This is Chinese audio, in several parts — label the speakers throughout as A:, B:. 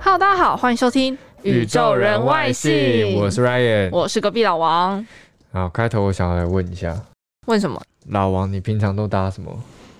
A: Hello，大家好，欢迎收听《
B: 我是 Ryan。
A: 我是隔壁老王。
B: 好，开头我想来问一下，
A: 问什么？
B: 老王，你平常都搭什么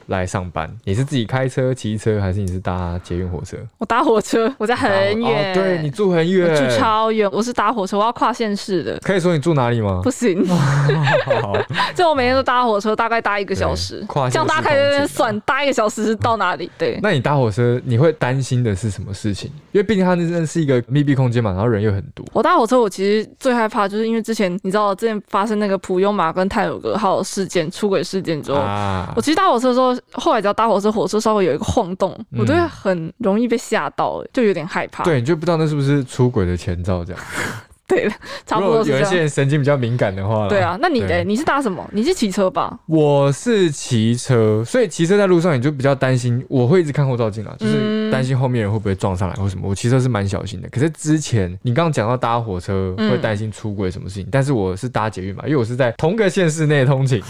B: 来上班？你是自己开车、骑车，还是你是搭捷运、火车？
A: 我搭火车， 我在很远、
B: 哦对你住很
A: 我
B: 远，
A: 住超远，我是搭火车，我要跨县市的，
B: 可以说你住哪里吗？
A: 不行，
B: 好，
A: 就我每天都搭火车，大概搭一个小时
B: 对，跨县市
A: 这样大家可以在那边
B: 通
A: 算，搭一个小时是到哪里？对，
B: 那你搭火车，你会担心的是什么事情？因为毕竟它那是一个密闭空间嘛，然后人又很多。
A: 我搭火车，我其实最害怕就是因为之前你知道之前发生那个普悠玛跟泰鲁格号事件出轨事件之后。
B: 啊
A: 哦我其实搭火车的时候，后来只要搭火车，火车稍微有一个晃动，我都会
B: 嗯
A: 很容易被吓到、欸就有点害怕。
B: 对，你就不知道那是不是出轨的前兆，这样。
A: 对了，差不
B: 如
A: 多
B: 果
A: 是
B: 有
A: 这
B: 一些
A: 样。
B: 人神经比较敏感的话啦，
A: 对啊，那你
B: 对
A: 嘞？你是搭什么？你是骑车吧？
B: 我是骑车，所以骑车在路上你就比较担心，我会一直看后照镜啊，就是
A: 嗯
B: 担心后面人会不会撞上来或什么。我骑车是蛮小心的，可是之前你刚刚讲到搭火车
A: 嗯
B: 会担心出轨什么事情，但是我是搭捷运嘛，因为我是在同个县市内通勤，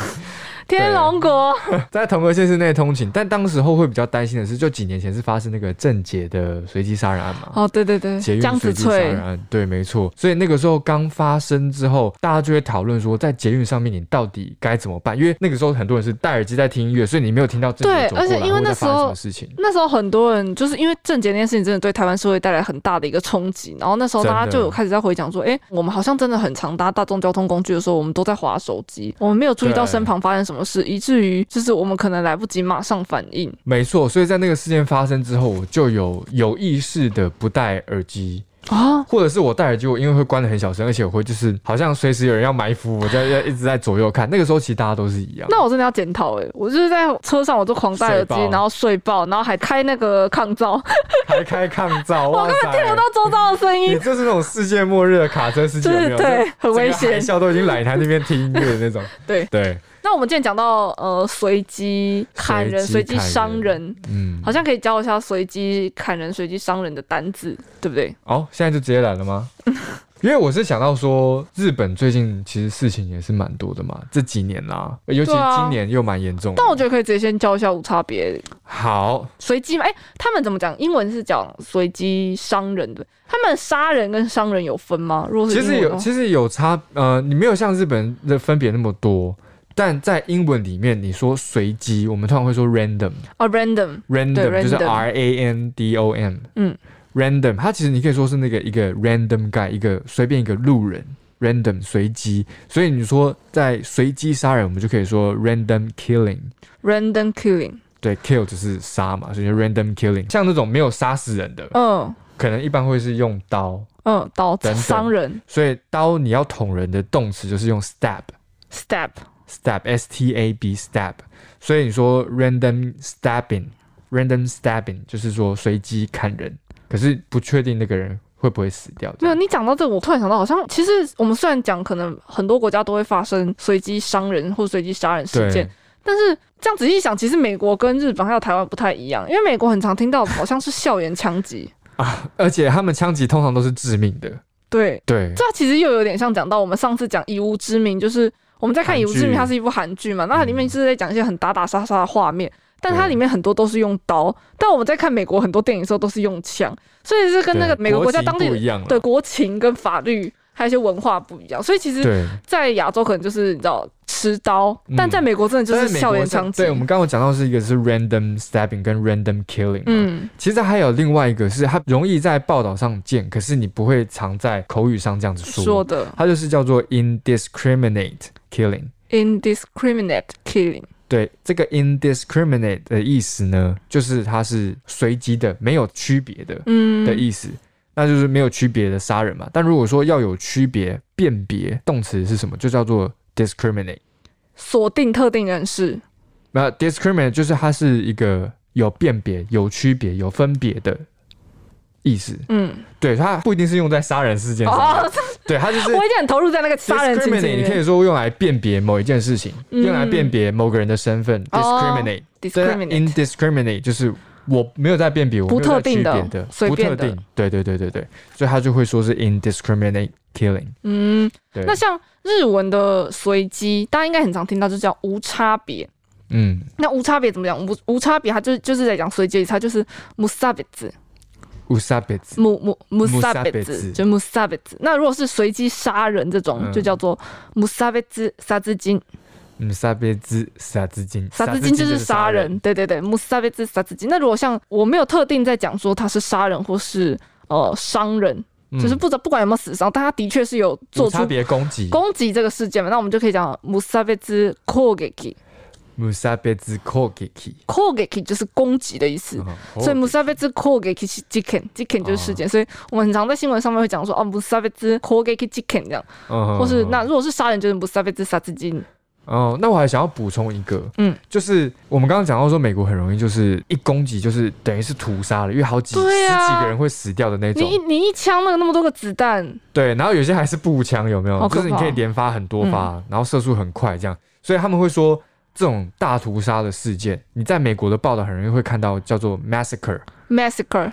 A: 天龙国，
B: 在同个县市内通勤，但当时候会比较担心的是，就几年前是发生那个郑捷的随机杀人案嘛。
A: 哦，对对对，
B: 捷运
A: 江
B: 随
A: 子
B: 机啊杀
A: 翠
B: 人，案，对，没错。所以那个时候刚发生之后，大家就会讨论说，在捷运上面你到底该怎么办？因为那个时候很多人是戴耳机在听音乐，所以你没有听到正
A: 对
B: 确走过来
A: 而且因为
B: 或者
A: 那
B: 在
A: 时
B: 发生
A: 候
B: 什么事情。
A: 那时候很多人就是因为郑捷那件事情，真的对台湾社会带来很大的一个冲击。然后那时候大家
B: 真的
A: 就有开始在回想说，哎、我们好像真的很常搭大众交通工具的时候，我们都在划手机，我们没有注意到
B: 对
A: 身旁发生什么事，以至于就是我们可能来不及马上反应。
B: 没错，所以在那个事件发生之后，我就有有意识的不戴耳机，
A: 啊，
B: 或者是我戴耳机，我因为会关的很小声，而且我会就是好像随时有人要埋伏，我在在一直在左右看。那个时候其实大家都是一样。
A: 那我真的要检讨哎，我就是在车上我都狂戴耳机
B: 睡，爆
A: 然后睡爆，然后还开那个抗噪，
B: 还开抗噪，
A: 我
B: 哇
A: 根本
B: 塞！
A: 听不到周遭的声
B: 你
A: 音，
B: 就是那种世界末日的卡车 司机，
A: 就
B: 有没
A: 是
B: 有？
A: 对，很危
B: 整个
A: 险。。
B: 海啸都已经来他那边听音乐的那种
A: 对
B: 对，
A: 那我们今天讲到呃，随机砍人、随
B: 随
A: 机
B: 机砍人
A: 伤人，
B: 嗯，
A: 好像可以教一下随机砍人、随机伤人的单字，对不对？
B: 哦，现在就直接来了吗？ 因为我是想到说，日本最近其实事情也是蛮多的嘛，这几年啦，尤其
A: 对啊
B: 今年又蛮严重的。
A: 但我觉得可以直接先教一下无差别
B: 好，
A: 随机嘛。哎、他们怎么讲？英文是讲随机伤人的，他们杀人跟伤人有分吗？如果是
B: 其
A: 英
B: 实
A: 文的
B: 有
A: 话
B: 其实有差，呃，你没有像日本的分别那么多，但在英文里面，你说随机，我们通常会说 random。
A: 啊，random，
B: random
A: 对
B: 就是
A: random
B: R A N D O M，
A: 嗯
B: ，random，它其实你可以说是那个一个 random guy，一个随便一个路人，random 随机，所以你说在随机杀人，我们就可以说 random killing，
A: ，random killing，
B: 对，kill 就是杀嘛，所以就 random killing。像那种没有杀死人的，
A: 嗯
B: 可能一般会是用刀，
A: 嗯，刀
B: 等等
A: 伤人
B: 所以刀你要捅人的动词就是用 stab。
A: ，stab，
B: stab s t a b stab，所以你说 random stabbing random stabbing 就是说随机砍人，可是不确定那个人会不会死掉。
A: 没有，你讲到这个，我突然想到，好像其实我们虽然讲可能很多国家都会发生随机伤人或随机杀人事件
B: 对，，
A: 但是这样仔细一想，其实美国跟日本还有台湾不太一样，因为美国很常听到好像是校园枪击，
B: 而且他们枪击通常都是致命的。
A: 对，
B: 对，
A: 这其实又有点像讲到我们上次讲《以无之名》，就是我们在看《
B: 韩
A: 以
B: 剧
A: 无之名》，它是一部韩剧嘛，那它里面是在讲一些很打打杀杀的画面。但它
B: 对
A: 里面很多都是用刀，但我们在看美国很多电影的时候都是用枪，所以是跟那个
B: 对
A: 每个国家
B: 情
A: 当地
B: 不一样了
A: 对国情跟法律还有一些文化不一样，所以其实，
B: 对。
A: 在亚洲可能就是你知道持刀，
B: 嗯
A: 但在美国真的就
B: 但
A: 是
B: 美
A: 校
B: 国
A: 园
B: 是
A: 枪击
B: 对，我。们刚刚讲到是一个是 random stabbing 跟 random killing，嗯，
A: 嗯，
B: 其实还有另外一个是它容易在报道上见，可是你不会常在口语上这样子
A: 说的
B: 它就是叫做 indiscriminate killing。
A: indiscriminate killing，
B: 对，这个 indiscriminate 的意思呢，就是它是随机的，没有区别的
A: 嗯，
B: 的意思，那就是没有区别的杀人嘛。但如果说要有区别辨别，动词是什么？就叫做 discriminate。
A: 锁定特定人士，
B: 那 discriminate 就是它是一个有辨别、有区别、有分别的意思。
A: 嗯，
B: 对，它不一定是用在杀人事件上，
A: 哦，
B: 对，它就是
A: 我已经很投入在那个 杀人情
B: discriminate，
A: 景
B: 你
A: 里
B: 可以
A: 面。
B: 说用来辨别某一件事情，
A: 嗯
B: 用来辨别某个人的身份
A: 哦
B: ，discriminate。对啊
A: discriminate，
B: indiscriminate 就是我没有在辨别，我没有在
A: 不特定的
B: 区别的，
A: 随便的
B: 不特定，对对对对对，所以他就会说是 indiscriminate killing。
A: 嗯，
B: 对，
A: 那像日文的随机，大家应该很常听到，就叫无差别。
B: 嗯
A: 那无差别怎么讲？无无差别，它就就是在讲随机，它就是 musabits。
B: 乌萨别子，
A: 母母母萨贝
B: Musabetsu
A: 兹，就母萨贝兹。那如果是随机杀人这种，
B: 嗯
A: 就叫做母萨贝兹杀之金。
B: 嗯，萨别子傻子金，
A: 杀之金就是杀人，，对对对，母萨贝兹杀之金。那如果像我没有特定在讲说他是杀人或是呃伤人，
B: 嗯
A: 就是不知道不管有没有死伤，但他的确是有做
B: 无
A: 出
B: 差别攻击，
A: 攻击这个事件嘛，那我们就可以讲母萨贝兹 kogeki。
B: 乌萨别子 kogeki，
A: kogeki 就是哦攻击哦的意思。嗯
B: 哦
A: 所以
B: Kogeki
A: musabetsu kogeki 是 jiken jiken 就是事件，所以我们很常在新闻上面会讲说哦 musabetsu kogeki jiken 这样，
B: 嗯
A: 或是
B: 嗯
A: 那如果是杀人就是 musabetsu 杀自己，
B: 哦，那我还想要补充一个，
A: 嗯，
B: 就是我们刚刚讲到说，美国很容易就是一攻击，就是等于是屠杀了，因为好几、
A: 对啊
B: 十几个人会死掉的那
A: 你一
B: 种。
A: 你一枪那个那么多个子弹，
B: 对，然后有些还是步枪，有没有？
A: 好可怕嗯
B: 就是你可以连发很多发，然后射速很快，这样。所以他们会说，这种大屠杀的事件，你在美国的报道很容易会看到叫做 massacre，M
A: massacre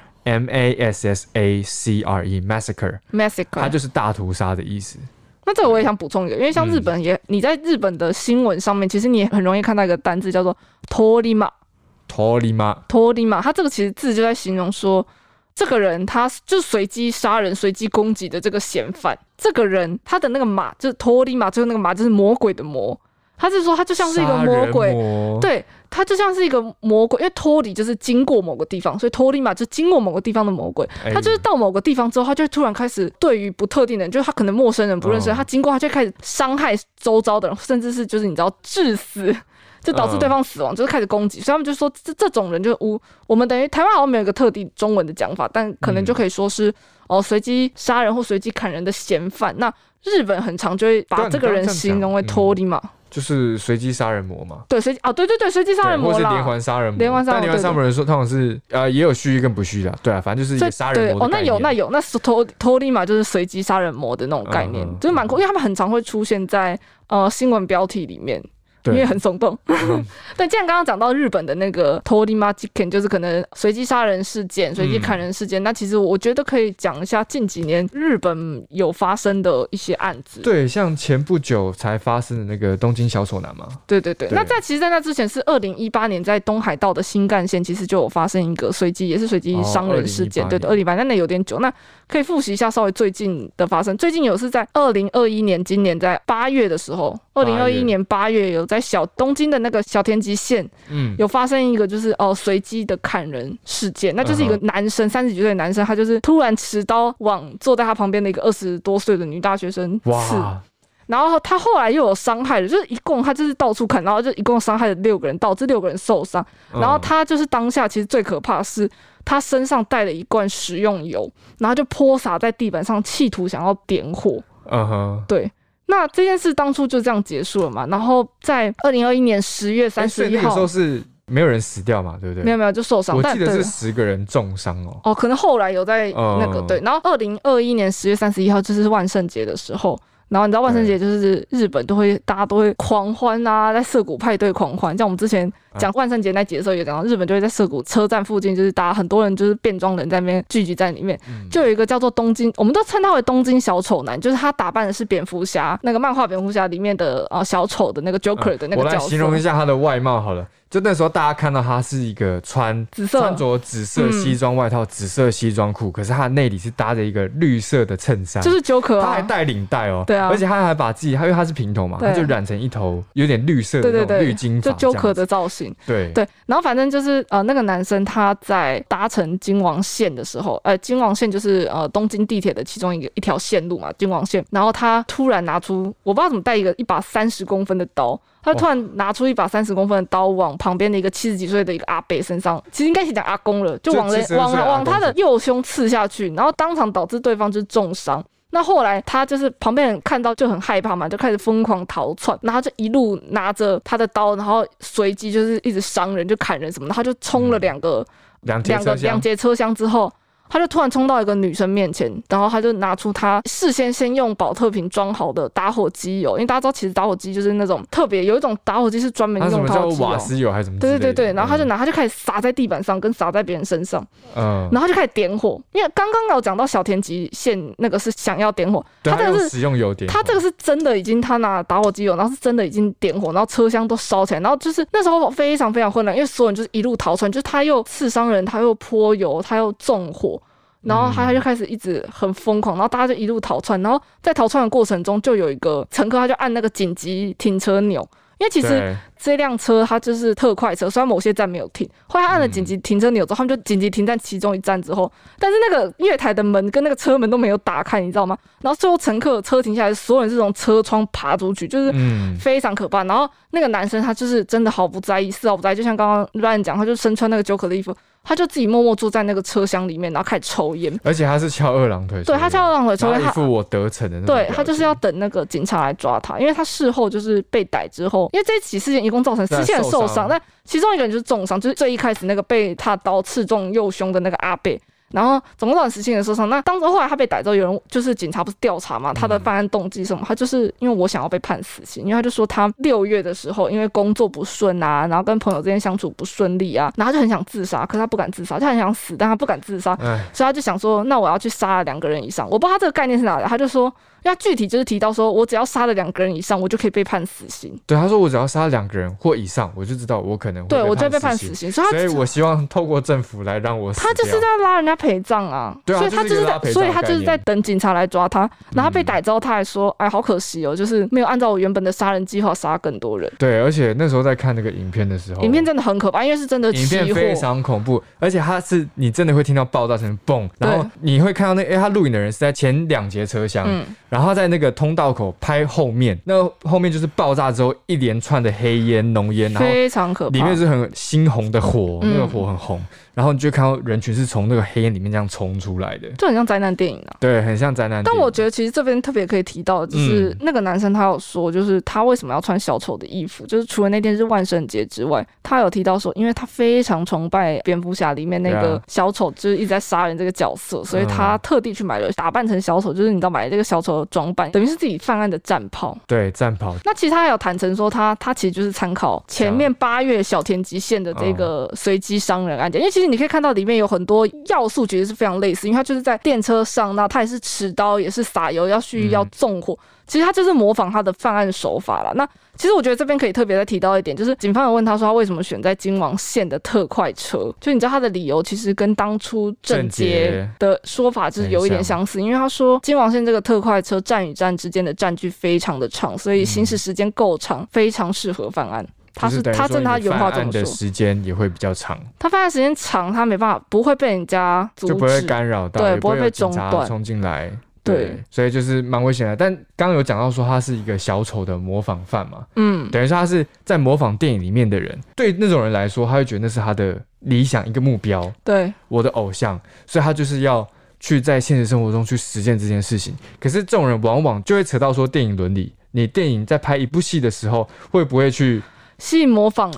B: A S S A C R E，massacre，它
A: massacre，
B: 就是大屠杀的意思。
A: 那这个我也想补充一个，因为像
B: 嗯
A: 日本也、你在日本的新闻上面，其实你也很容易看到一个单字叫做 torima
B: Torima，
A: torima，它这个其实字就在形容说。这个人他就是随机杀人、随机攻击的这个嫌犯。这个人他的那个马就是托利马，就是那个马就是魔鬼的魔。他是说他就像是一个魔
B: 杀人
A: 鬼，
B: 魔，
A: 对，他就像是一个魔鬼，因为托里就是经过某个地方，所以托利马就经过某个地方的魔鬼。
B: 哎
A: 他就是到某个地方之后，他就会突然开始对于不特定的人，就是他可能陌生人不认识的人，
B: 嗯
A: 他经过他就开始伤害周遭的人，甚至是就是你知道致死，就导致对方死亡，就是开始攻击。所以他们就说这这种人就是无，我们等于台湾好像没有一个特定中文的讲法，但可能就
B: 嗯
A: 可以说是哦随机杀人或随机砍人的嫌犯。那日本很常就会
B: 对啊
A: 把
B: 你
A: 这个
B: 刚刚
A: 人
B: 这样讲
A: 形容为
B: 嗯
A: 托里嘛，
B: 就是随机杀人魔嘛。
A: 对随机哦对对对随机杀人魔
B: 对或是
A: 啦，
B: 连环杀人魔，
A: 连环杀人魔
B: 但连环杀人魔说通常是呃也有蓄意跟不蓄意的，对啊，反正就是一
A: 所以
B: 个杀
A: 对
B: 人魔
A: 哦
B: 的，
A: 那
B: 概念
A: 有那有，那是托托利嘛，就是随机杀人魔的那种概念，
B: 嗯嗯
A: 就是蛮酷，因为他们很常会出现在呃新闻标题里面。因
B: 对
A: 为很耸动
B: 嗯。
A: 但既然刚刚讲到日本的那个 t o r i m a Chicken，就是可能随机杀人事
B: 嗯
A: 件、随机砍人事件，那其实我觉得可以讲一下近几年日本有发生的一些案子。
B: 对，像前不久才发生的那个东京小丑男嘛，
A: 对对对，
B: 对
A: 那在其实，在那之前是二零一八年，在东海道的新干线，其实就有发生一个随机，也是随机伤人事件。
B: 哦2018
A: 对对，二零八，那那有点久，那可以复习一下稍微最近的发生。最近有是在二零二一年，今年在八月的时候，二零二
B: 8月
A: 一年八月有在小东京的那个小田急线
B: 嗯，
A: 有发生一个就是哦随机的砍人事件，那就是一个
B: 嗯
A: 男生三十几岁的男生，他就是突然持刀往坐在他旁边的一个二十多岁的女大学生刺。
B: 哇，
A: 然后他后来又有伤害了，就是一共他就是到处砍，然后就一共伤害了六个人，导致六个人受伤。
B: 嗯
A: 然后他就是当下其实最可怕的是他身上带了一罐食用油，然后就泼洒在地板上，企图想要点火。
B: 嗯哼，
A: 对，那这件事当初就这样结束了嘛。然后在二零二一年十月
B: 哎
A: 三
B: 所
A: 十
B: 以
A: 一
B: 那个
A: 号
B: 时，候是没有人死掉嘛，对不对？
A: 没有没有就受伤，
B: 我
A: 但
B: 记得
A: 对
B: 是十个人重伤哦，
A: 哦，可能后来有在那个、
B: 嗯
A: 对，然后二零二一年十月三十一号就是万圣节的时候，然后你知道万圣节就是日本都会大家都会狂欢啊，在涩谷派对狂欢，像我们之前
B: 嗯
A: 讲万圣节那集的时候也讲到，日本就会在涩谷车站附近，就是大家很多人就是变装人在那边聚集在里面，
B: 嗯
A: 就有一个叫做东京，我们都称他为东京小丑男，就是他打扮的是蝙蝠侠那个漫画蝙蝠侠里面的呃小丑的那个 Joker 的那
B: 嗯我
A: 个
B: 来
A: 角色，
B: 形容一下他的外貌好了，就那时候大家看到他是一个穿
A: 紫色
B: 穿着紫色西装外套、紫色西装裤，可是他内里是搭着一个绿色的衬衫，
A: 就是 Joker
B: 他还
A: 啊。
B: 带领带哦，
A: 对啊
B: 而且他还把自己，他因为他是平头嘛，
A: 对
B: 他就染成一头有点绿色
A: 对
B: 的那
A: 对
B: 种
A: 对
B: 绿金，发
A: 就
B: 这样子，
A: Joker 的造型，
B: 对
A: 对，然后反正就是呃，那个男生他在搭乘京王线的时候，呃，京王线就是呃东京地铁的其中一个一条线路嘛，京王线。然后他突然拿出，我不知道怎么带一个一把三十公分的刀，他就突然拿出一把三十公分的刀往旁边的一个七十几岁的一个阿伯身上，其实应该是讲阿公了，就
B: 就
A: 往人
B: 72
A: 往
B: 岁的阿
A: 往他
B: 公
A: 的右胸刺下去，然后当场导致对方就是重伤。那后来他就是旁边人看到就很害怕嘛，就开始疯狂逃窜，然后就一路拿着他的刀，然后随机就是一直伤人，就砍人什么的，他就冲了两个
B: 嗯两节
A: 两个
B: 车
A: 两
B: 厢，
A: 节车厢之后。他就突然冲到一个女生面前，然后他就拿出他事先先用保特瓶装好的打火机哦油，因为大家知道其实打火机就是那种特别有一种打火机是专门
B: 他什
A: 用
B: 么
A: 打
B: 叫
A: 火机油
B: 瓦，斯油还是什么之
A: 对
B: 类的？
A: 对对对，然后他就
B: 嗯
A: 拿他就开始撒在地板上，跟撒在别人身上，
B: 嗯，
A: 然后就开始点火，因为刚刚有讲到小田急线那个是想要点火，
B: 对
A: 他这
B: 用
A: 个是
B: 食用油点火，
A: 他这个是真的已经他拿打火机油，然后是真的已经点火，然后车厢都烧起来，然后就是那时候非常非常混乱，因为所有人就是一路逃窜，就是他又刺伤人，他又泼油，他又纵火。然后他他就开始一直很疯狂，然后大家就一路逃窜，然后在逃窜的过程中，就有一个乘客他就按那个紧急停车钮，因为其实
B: 对
A: 这辆车它就是特快车，虽然某些站没有停，后来他按了紧急停车钮之后，他们就紧急停在其中一站之后，但是那个月台的门跟那个车门都没有打开，你知道吗？然后最后乘客车停下来，所有人是从车窗爬出去，就是
B: 嗯，
A: 非常可怕。然后那个男生他就是真的毫不在意，啊丝毫不在意，就像刚刚乱讲，他就身穿那个 Joker 的衣服，他就自己默默坐在那个车厢里面，然后开始抽烟。
B: 而且他是翘二郎腿，
A: 对他翘二郎腿抽
B: 然
A: 烟，
B: 后一
A: 他
B: 副我得逞的那种表
A: 对
B: 情，
A: 他就是要等那个警察来抓他，因为他事后就是被逮之后，因为这起事件一共造成
B: 对
A: 十七人
B: 受
A: 受
B: 伤
A: 伤，但其中一个人就是重伤，就是最一开始那个被他刀刺中右胸的那个阿贝。然后总共造成十七人受伤。那当时后来他被逮之后，有人就是警察不是调查嘛，他
B: 嗯
A: 的犯案动机是什么？他就是因为我想要被判死刑，因为他就说他六月的时候因为工作不顺啊，然后跟朋友之间相处不顺利啊，然后他就很想自杀，可是他不敢自杀，他很想死，但他不敢自杀，
B: 哎，
A: 所以他就想说，那我要去杀了两个人以上。我不知道他这个概念是哪来的，他就说，因为他具体就是提到说，我只要杀了两个人以上，我就可以被判死刑，
B: 对他说我只要杀两个人或以上，我就知道我可能会
A: 对我就会被
B: 被
A: 判
B: 判
A: 死
B: 刑，
A: 刑。所以他
B: 所以我希望透过政府来让我死
A: 他就是
B: 掉
A: 在拉人家陪葬啊，
B: 对啊
A: 所以他
B: 就是
A: 就
B: 一
A: 是
B: 个拉陪
A: 在，
B: 葬
A: 所以他
B: 的
A: 就
B: 概
A: 是在
B: 念
A: 等警察来抓他。然后他被
B: 嗯
A: 逮之后，他还说，哎，好可惜哦，就是没有按照我原本的杀人计划杀更多人。
B: 对，而且那时候在看那个影片的时候，
A: 影片真的很可怕，因为是真的
B: 哦影
A: 起
B: 片
A: 火。
B: 非常恐怖，而且它是你真的会听到爆炸声嘣，然后
A: 对
B: 你会看到那哎、他录影的人是在前两节车厢，
A: 嗯，
B: 然后在那个通道口拍后面，那后面就是爆炸之后一连串的黑烟、浓烟，然后
A: 非常可怕。
B: 里面是很猩红的火，
A: 嗯
B: 那个火很红，然后你就看到人群是从那个黑烟里面这样冲出来的，
A: 就很像灾难电影啊。
B: 对，很像灾难片。
A: 但我觉得其实这边特别可以提到，就是
B: 嗯
A: 那个男生他有说，就是他为什么要穿小丑的衣服，就是除了那天是万圣节之外，他有提到说，因为他非常崇拜蝙蝠侠里面那
B: 对
A: 个
B: 啊嗯
A: 小丑，就是一直在杀人这个角色，所以他特地去买了打扮成小丑，就是你知道买了这个小丑的装扮，等于是自己犯案的战袍。
B: 对战袍，
A: 那其实他还有坦诚说他，他其实就是参考前面八月小田急线的这个
B: 嗯
A: 随机伤人案件，因为其实你可以看到里面有很多要素其实是非常类似，因为他就是在电车上，那他也是持刀，也是撒油，要蓄意
B: 嗯
A: 要纵火，其实他就是模仿他的犯案手法啦。那其实我觉得这边可以特别再提到一点，就是警方有问他说他为什么选在金王线的特快车，就你知道他的理由其实跟当初郑
B: 郑
A: 捷
B: 捷
A: 的说法就是有一点相似，因为他说金王线这个特快车站与站之间的占据非常的长，所以
B: 嗯
A: 行驶时间够长，非常适合犯案。他
B: 就是等于
A: 他
B: 说
A: 真的他
B: 你
A: 原话
B: 犯
A: 这
B: 案
A: 么
B: 的
A: 说，
B: 时间也会比较长，
A: 他犯案时间长，他没办法不会被人家阻
B: 就不会
A: 止。
B: 干扰到，
A: 对
B: 也
A: 不
B: 不
A: 会
B: 会有
A: 被
B: 警
A: 中
B: 察
A: 断
B: 冲进来。
A: 对
B: 对，所以就是蛮危险的。但刚刚有讲到说他是一个小丑的模仿犯嘛，
A: 嗯，
B: 等于说他是在模仿电影里面的人。对那种人来说，他会觉得那是他的理想，一个目标，
A: 对，
B: 我的偶像，所以他就是要去在现实生活中去实践这件事情。可是这种人往往就会扯到说电影伦理，你电影在拍一部戏的时候，会不会去
A: 吸引模仿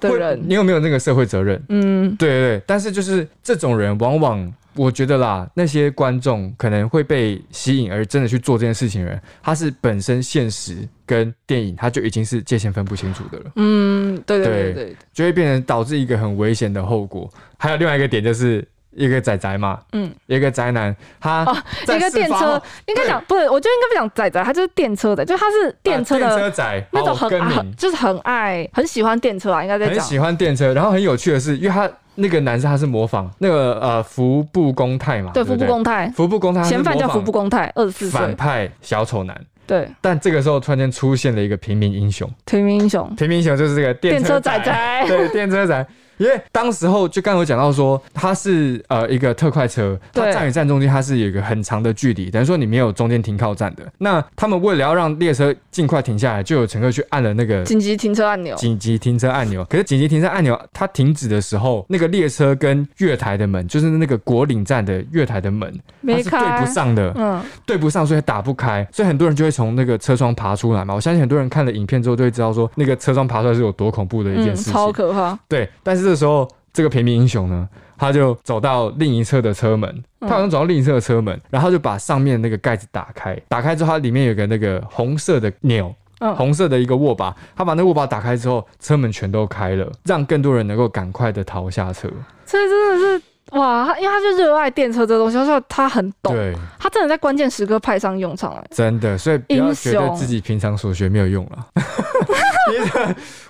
A: 的
B: 会
A: 人，
B: 你有没有那个社会责任？
A: 嗯，
B: 对对对，但是就是这种人，往往我觉得啦，那些观众可能会被吸引而真的去做这件事情的人，他是本身现实跟电影他就已经是界限分不清楚的了，
A: 嗯，对对对
B: 对
A: 对对，
B: 就会变成导致一个很危险的后果。还有另外一个点就是。一个仔仔嘛，
A: 嗯，
B: 一个宅男，他
A: 哦
B: 在
A: 一个
B: 事
A: 电
B: 发
A: 车
B: 后啊
A: 应该讲不是，我觉得应该不讲仔仔，他就是电车的，就他是电车
B: 啊电
A: 的
B: 车仔，
A: 那种
B: 好
A: 很
B: 我更
A: 啊
B: 名
A: 就是很爱很喜欢电车啊，应该在
B: 很
A: 讲
B: 哦喜欢电车。然后很有趣的是，因为他那个男生他是模仿那个呃服部公太嘛，
A: 对
B: 对
A: 服
B: 不
A: 部
B: 对，
A: 公泰，
B: 服部公太，他是
A: 嫌犯叫
B: 模仿
A: 服部公泰，二十四
B: 反
A: 岁，
B: 派小丑男。
A: 对，
B: 但这个时候突然间出现了一个平民英雄，
A: 平民英雄，
B: 平民英雄就是这个
A: 电
B: 电
A: 车
B: 车
A: 仔
B: 仔，
A: 仔，
B: 对，电车仔。因为当时候就刚刚有讲到说，他是呃一个特快车，它
A: 对
B: 站与站中间它是有一个很长的距离，等于说你没有中间停靠站的。那他们为了要让列车尽快停下来，就有乘客去按了那个
A: 紧急停车按钮，
B: 紧急停车按钮。可是紧急停车按钮它停止的时候，那个列车跟月台的门，就是那个国岭站的月台的门，它
A: 没
B: 是对
A: 开
B: 不，上的。
A: 嗯，
B: 对不上，所以打不开，所以很多人就会从那个车窗爬出来嘛。我相信很多人看了影片之后，都会知道说那个车窗爬出来是有多恐怖的一件
A: 嗯，
B: 事情。
A: 超可怕，
B: 对，但是这时候这个平民英雄呢，他就走到另一侧的车门，
A: 嗯
B: 他好像走到另一侧的车门，然后就把上面那个盖子打开，打开之后它里面有个那个红色的钮。
A: 嗯
B: 红色的一个握把，他把那个握把打开之后，车门全都开了，让更多人能够赶快的逃下车。
A: 所以真的是。哇，他因为他就热爱电车这东西，他说他很懂，
B: 对，
A: 他真的在关键时刻派上用场了。
B: 真的，所以不要觉
A: 英
B: 得
A: 雄
B: 自己平常所学没有用了，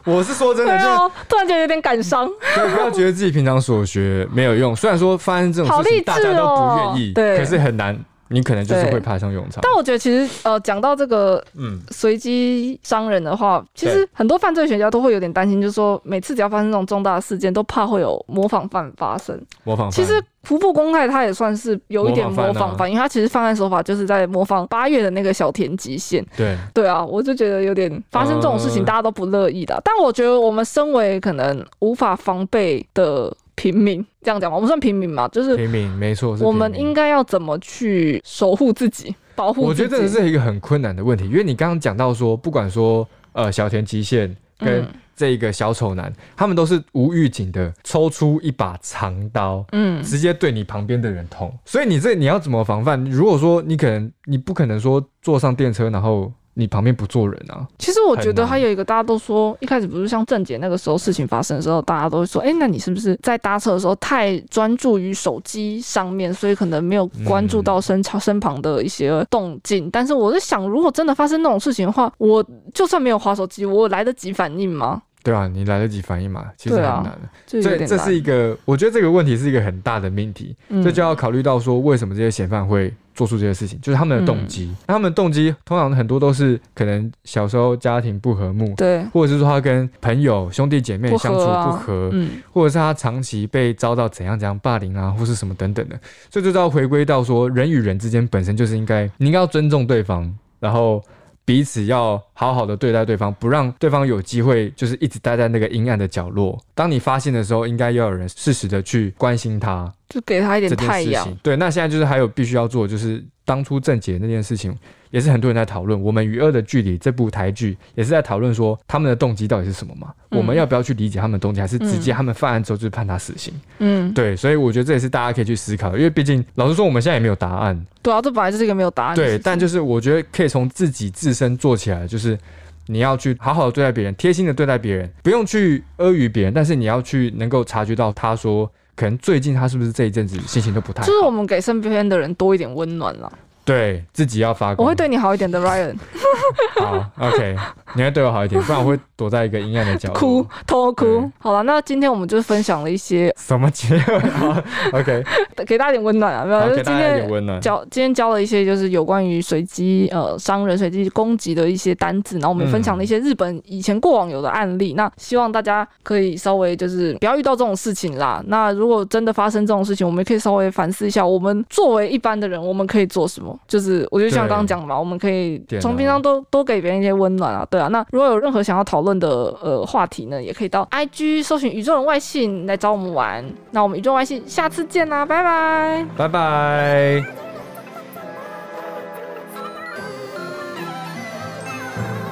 B: 我是说真的，
A: 对
B: 就是嗯
A: 哦，突然觉得有点感伤，
B: 对，不要觉得自己平常所学没有用。虽然说发生这种
A: 好
B: 事
A: 励志
B: 情大家都不愿意，
A: 哦对
B: 可是很难，你可能就是
A: 对
B: 会派上用场。
A: 但我觉得其实呃，讲到这个
B: 嗯，
A: 随机伤人的话，其实
B: 对
A: 很多犯罪学家都会有点担心，就是说每次只要发生这种重大的事件，都怕会有模仿犯发生。
B: 模仿
A: 其
B: 犯
A: 实徒步公开他也算是有一点模
B: 模
A: 仿
B: 仿犯啊
A: 犯，因为他其实犯案手法就是在模仿八月的那个小田急线。
B: 对
A: 对啊，我就觉得有点发生这种事情，
B: 呃
A: 大家都不乐意的。但我觉得我们身为可能无法防备的平民，这样讲吧，我们算平民嘛，就是
B: 平民没错，是
A: 我们
B: 平民
A: 应该要怎么去守护自己，保护
B: 我
A: 自
B: 觉
A: 己。
B: 得这是一个很困难的问题，因为你刚刚讲到说，不管说呃小田极限跟
A: 嗯
B: 这一个小丑男，他们都是无预警的抽出一把长刀，
A: 嗯，
B: 直接对你旁边的人捅。所以你这你要怎么防范？如果说你可能你不可能说坐上电车，然后你旁边不坐人啊，
A: 其实我觉得
B: 很难
A: 还有一个，大家都说一开始不是像郑姐那个时候事情发生的时候，大家都会说，哎、那你是不是在搭车的时候太专注于手机上面，所以可能没有关注
B: 嗯
A: 到身、身旁的一些动静？但是我在想，如果真的发生那种事情的话，我就算没有划手机，我来得及反应吗？
B: 对啊，你来得及反应嘛？其实很
A: 对啊
B: 难的。
A: 就有
B: 这
A: 点难。
B: 这是一个，我觉得这个问题是一个很大的命题。
A: 嗯
B: 这就要考虑到说，为什么这些嫌犯会做出这些事情，就是他们的动机。
A: 嗯
B: 那他们的动机通常很多都是可能小时候家庭不和睦，
A: 对，
B: 或者是说他跟朋友兄弟姐妹
A: 不
B: 相处
A: 合啊，
B: 不和，
A: 嗯，
B: 或者是他长期被遭到怎样怎样霸凌啊，或是什么等等的。所以就是要回归到说，人与人之间本身就是应该，你应该要尊重对方，然后。彼此要好好的对待对方，不让对方有机会就是一直待在那个阴暗的角落。当你发现的时候，应该要有人适时的去关心他，
A: 就给他一点
B: 这件
A: 太
B: 事
A: 阳
B: 情。。对，那现在就是还有必须要做，就是当初郑解那件事情，也是很多人在讨论。我们与恶的距离这部台剧也是在讨论说他们的动机到底是什么嘛？
A: 嗯
B: 我们要不要去理解他们的动机，还是直接
A: 嗯
B: 他们犯案之后就是判他死刑？
A: 嗯，
B: 对，所以我觉得这也是大家可以去思考的，因为毕竟老实说，我们现在也没有答案。
A: 对啊，这本来就是一个没有答案的事
B: 对，
A: 情。
B: 但就是 我觉得可以从自己自身做起来，就是。你要去好好的对待别人，贴心的对待别人，不用去阿谀别人，但是你要去能够察觉到他说，可能最近他是不是这一阵子心情都不太好，
A: 就是我们给身边的人多一点温暖啦。
B: 对自己要发光。
A: 我会对你好一点的，Ryan。
B: 好，OK，你会对我好一点，不然我会躲在一个阴暗的角落
A: 哭。，偷哭
B: 对。
A: 好了，那今天我们就是分享了一些，
B: 什么结尾啊？OK，
A: 给大家一点温暖啊，没
B: 好
A: 有？就是
B: 给
A: 今
B: 大家一点
A: 天
B: 温暖。
A: 教今天教了一些就是有关于随机呃伤人、随机攻击的一些单字，然后我们也
B: 嗯
A: 分享了一些日本以前过往有的案例。那希望大家可以稍微就是不要遇到这种事情啦。那如果真的发生这种事情，我们可以稍微反思一下，我们作为一般的人，我们可以做什么？就是我就像
B: 对
A: 刚刚讲的嘛，我们可以
B: 点
A: 从
B: 燃
A: 平常多多给别人一些温暖啊，对啊。那如果有任何想要讨论的呃话题呢，也可以到 IG 搜寻宇宙人外信来找我们玩。那我们宇宙人外信下次见啦，拜拜。
B: 拜拜。
C: 「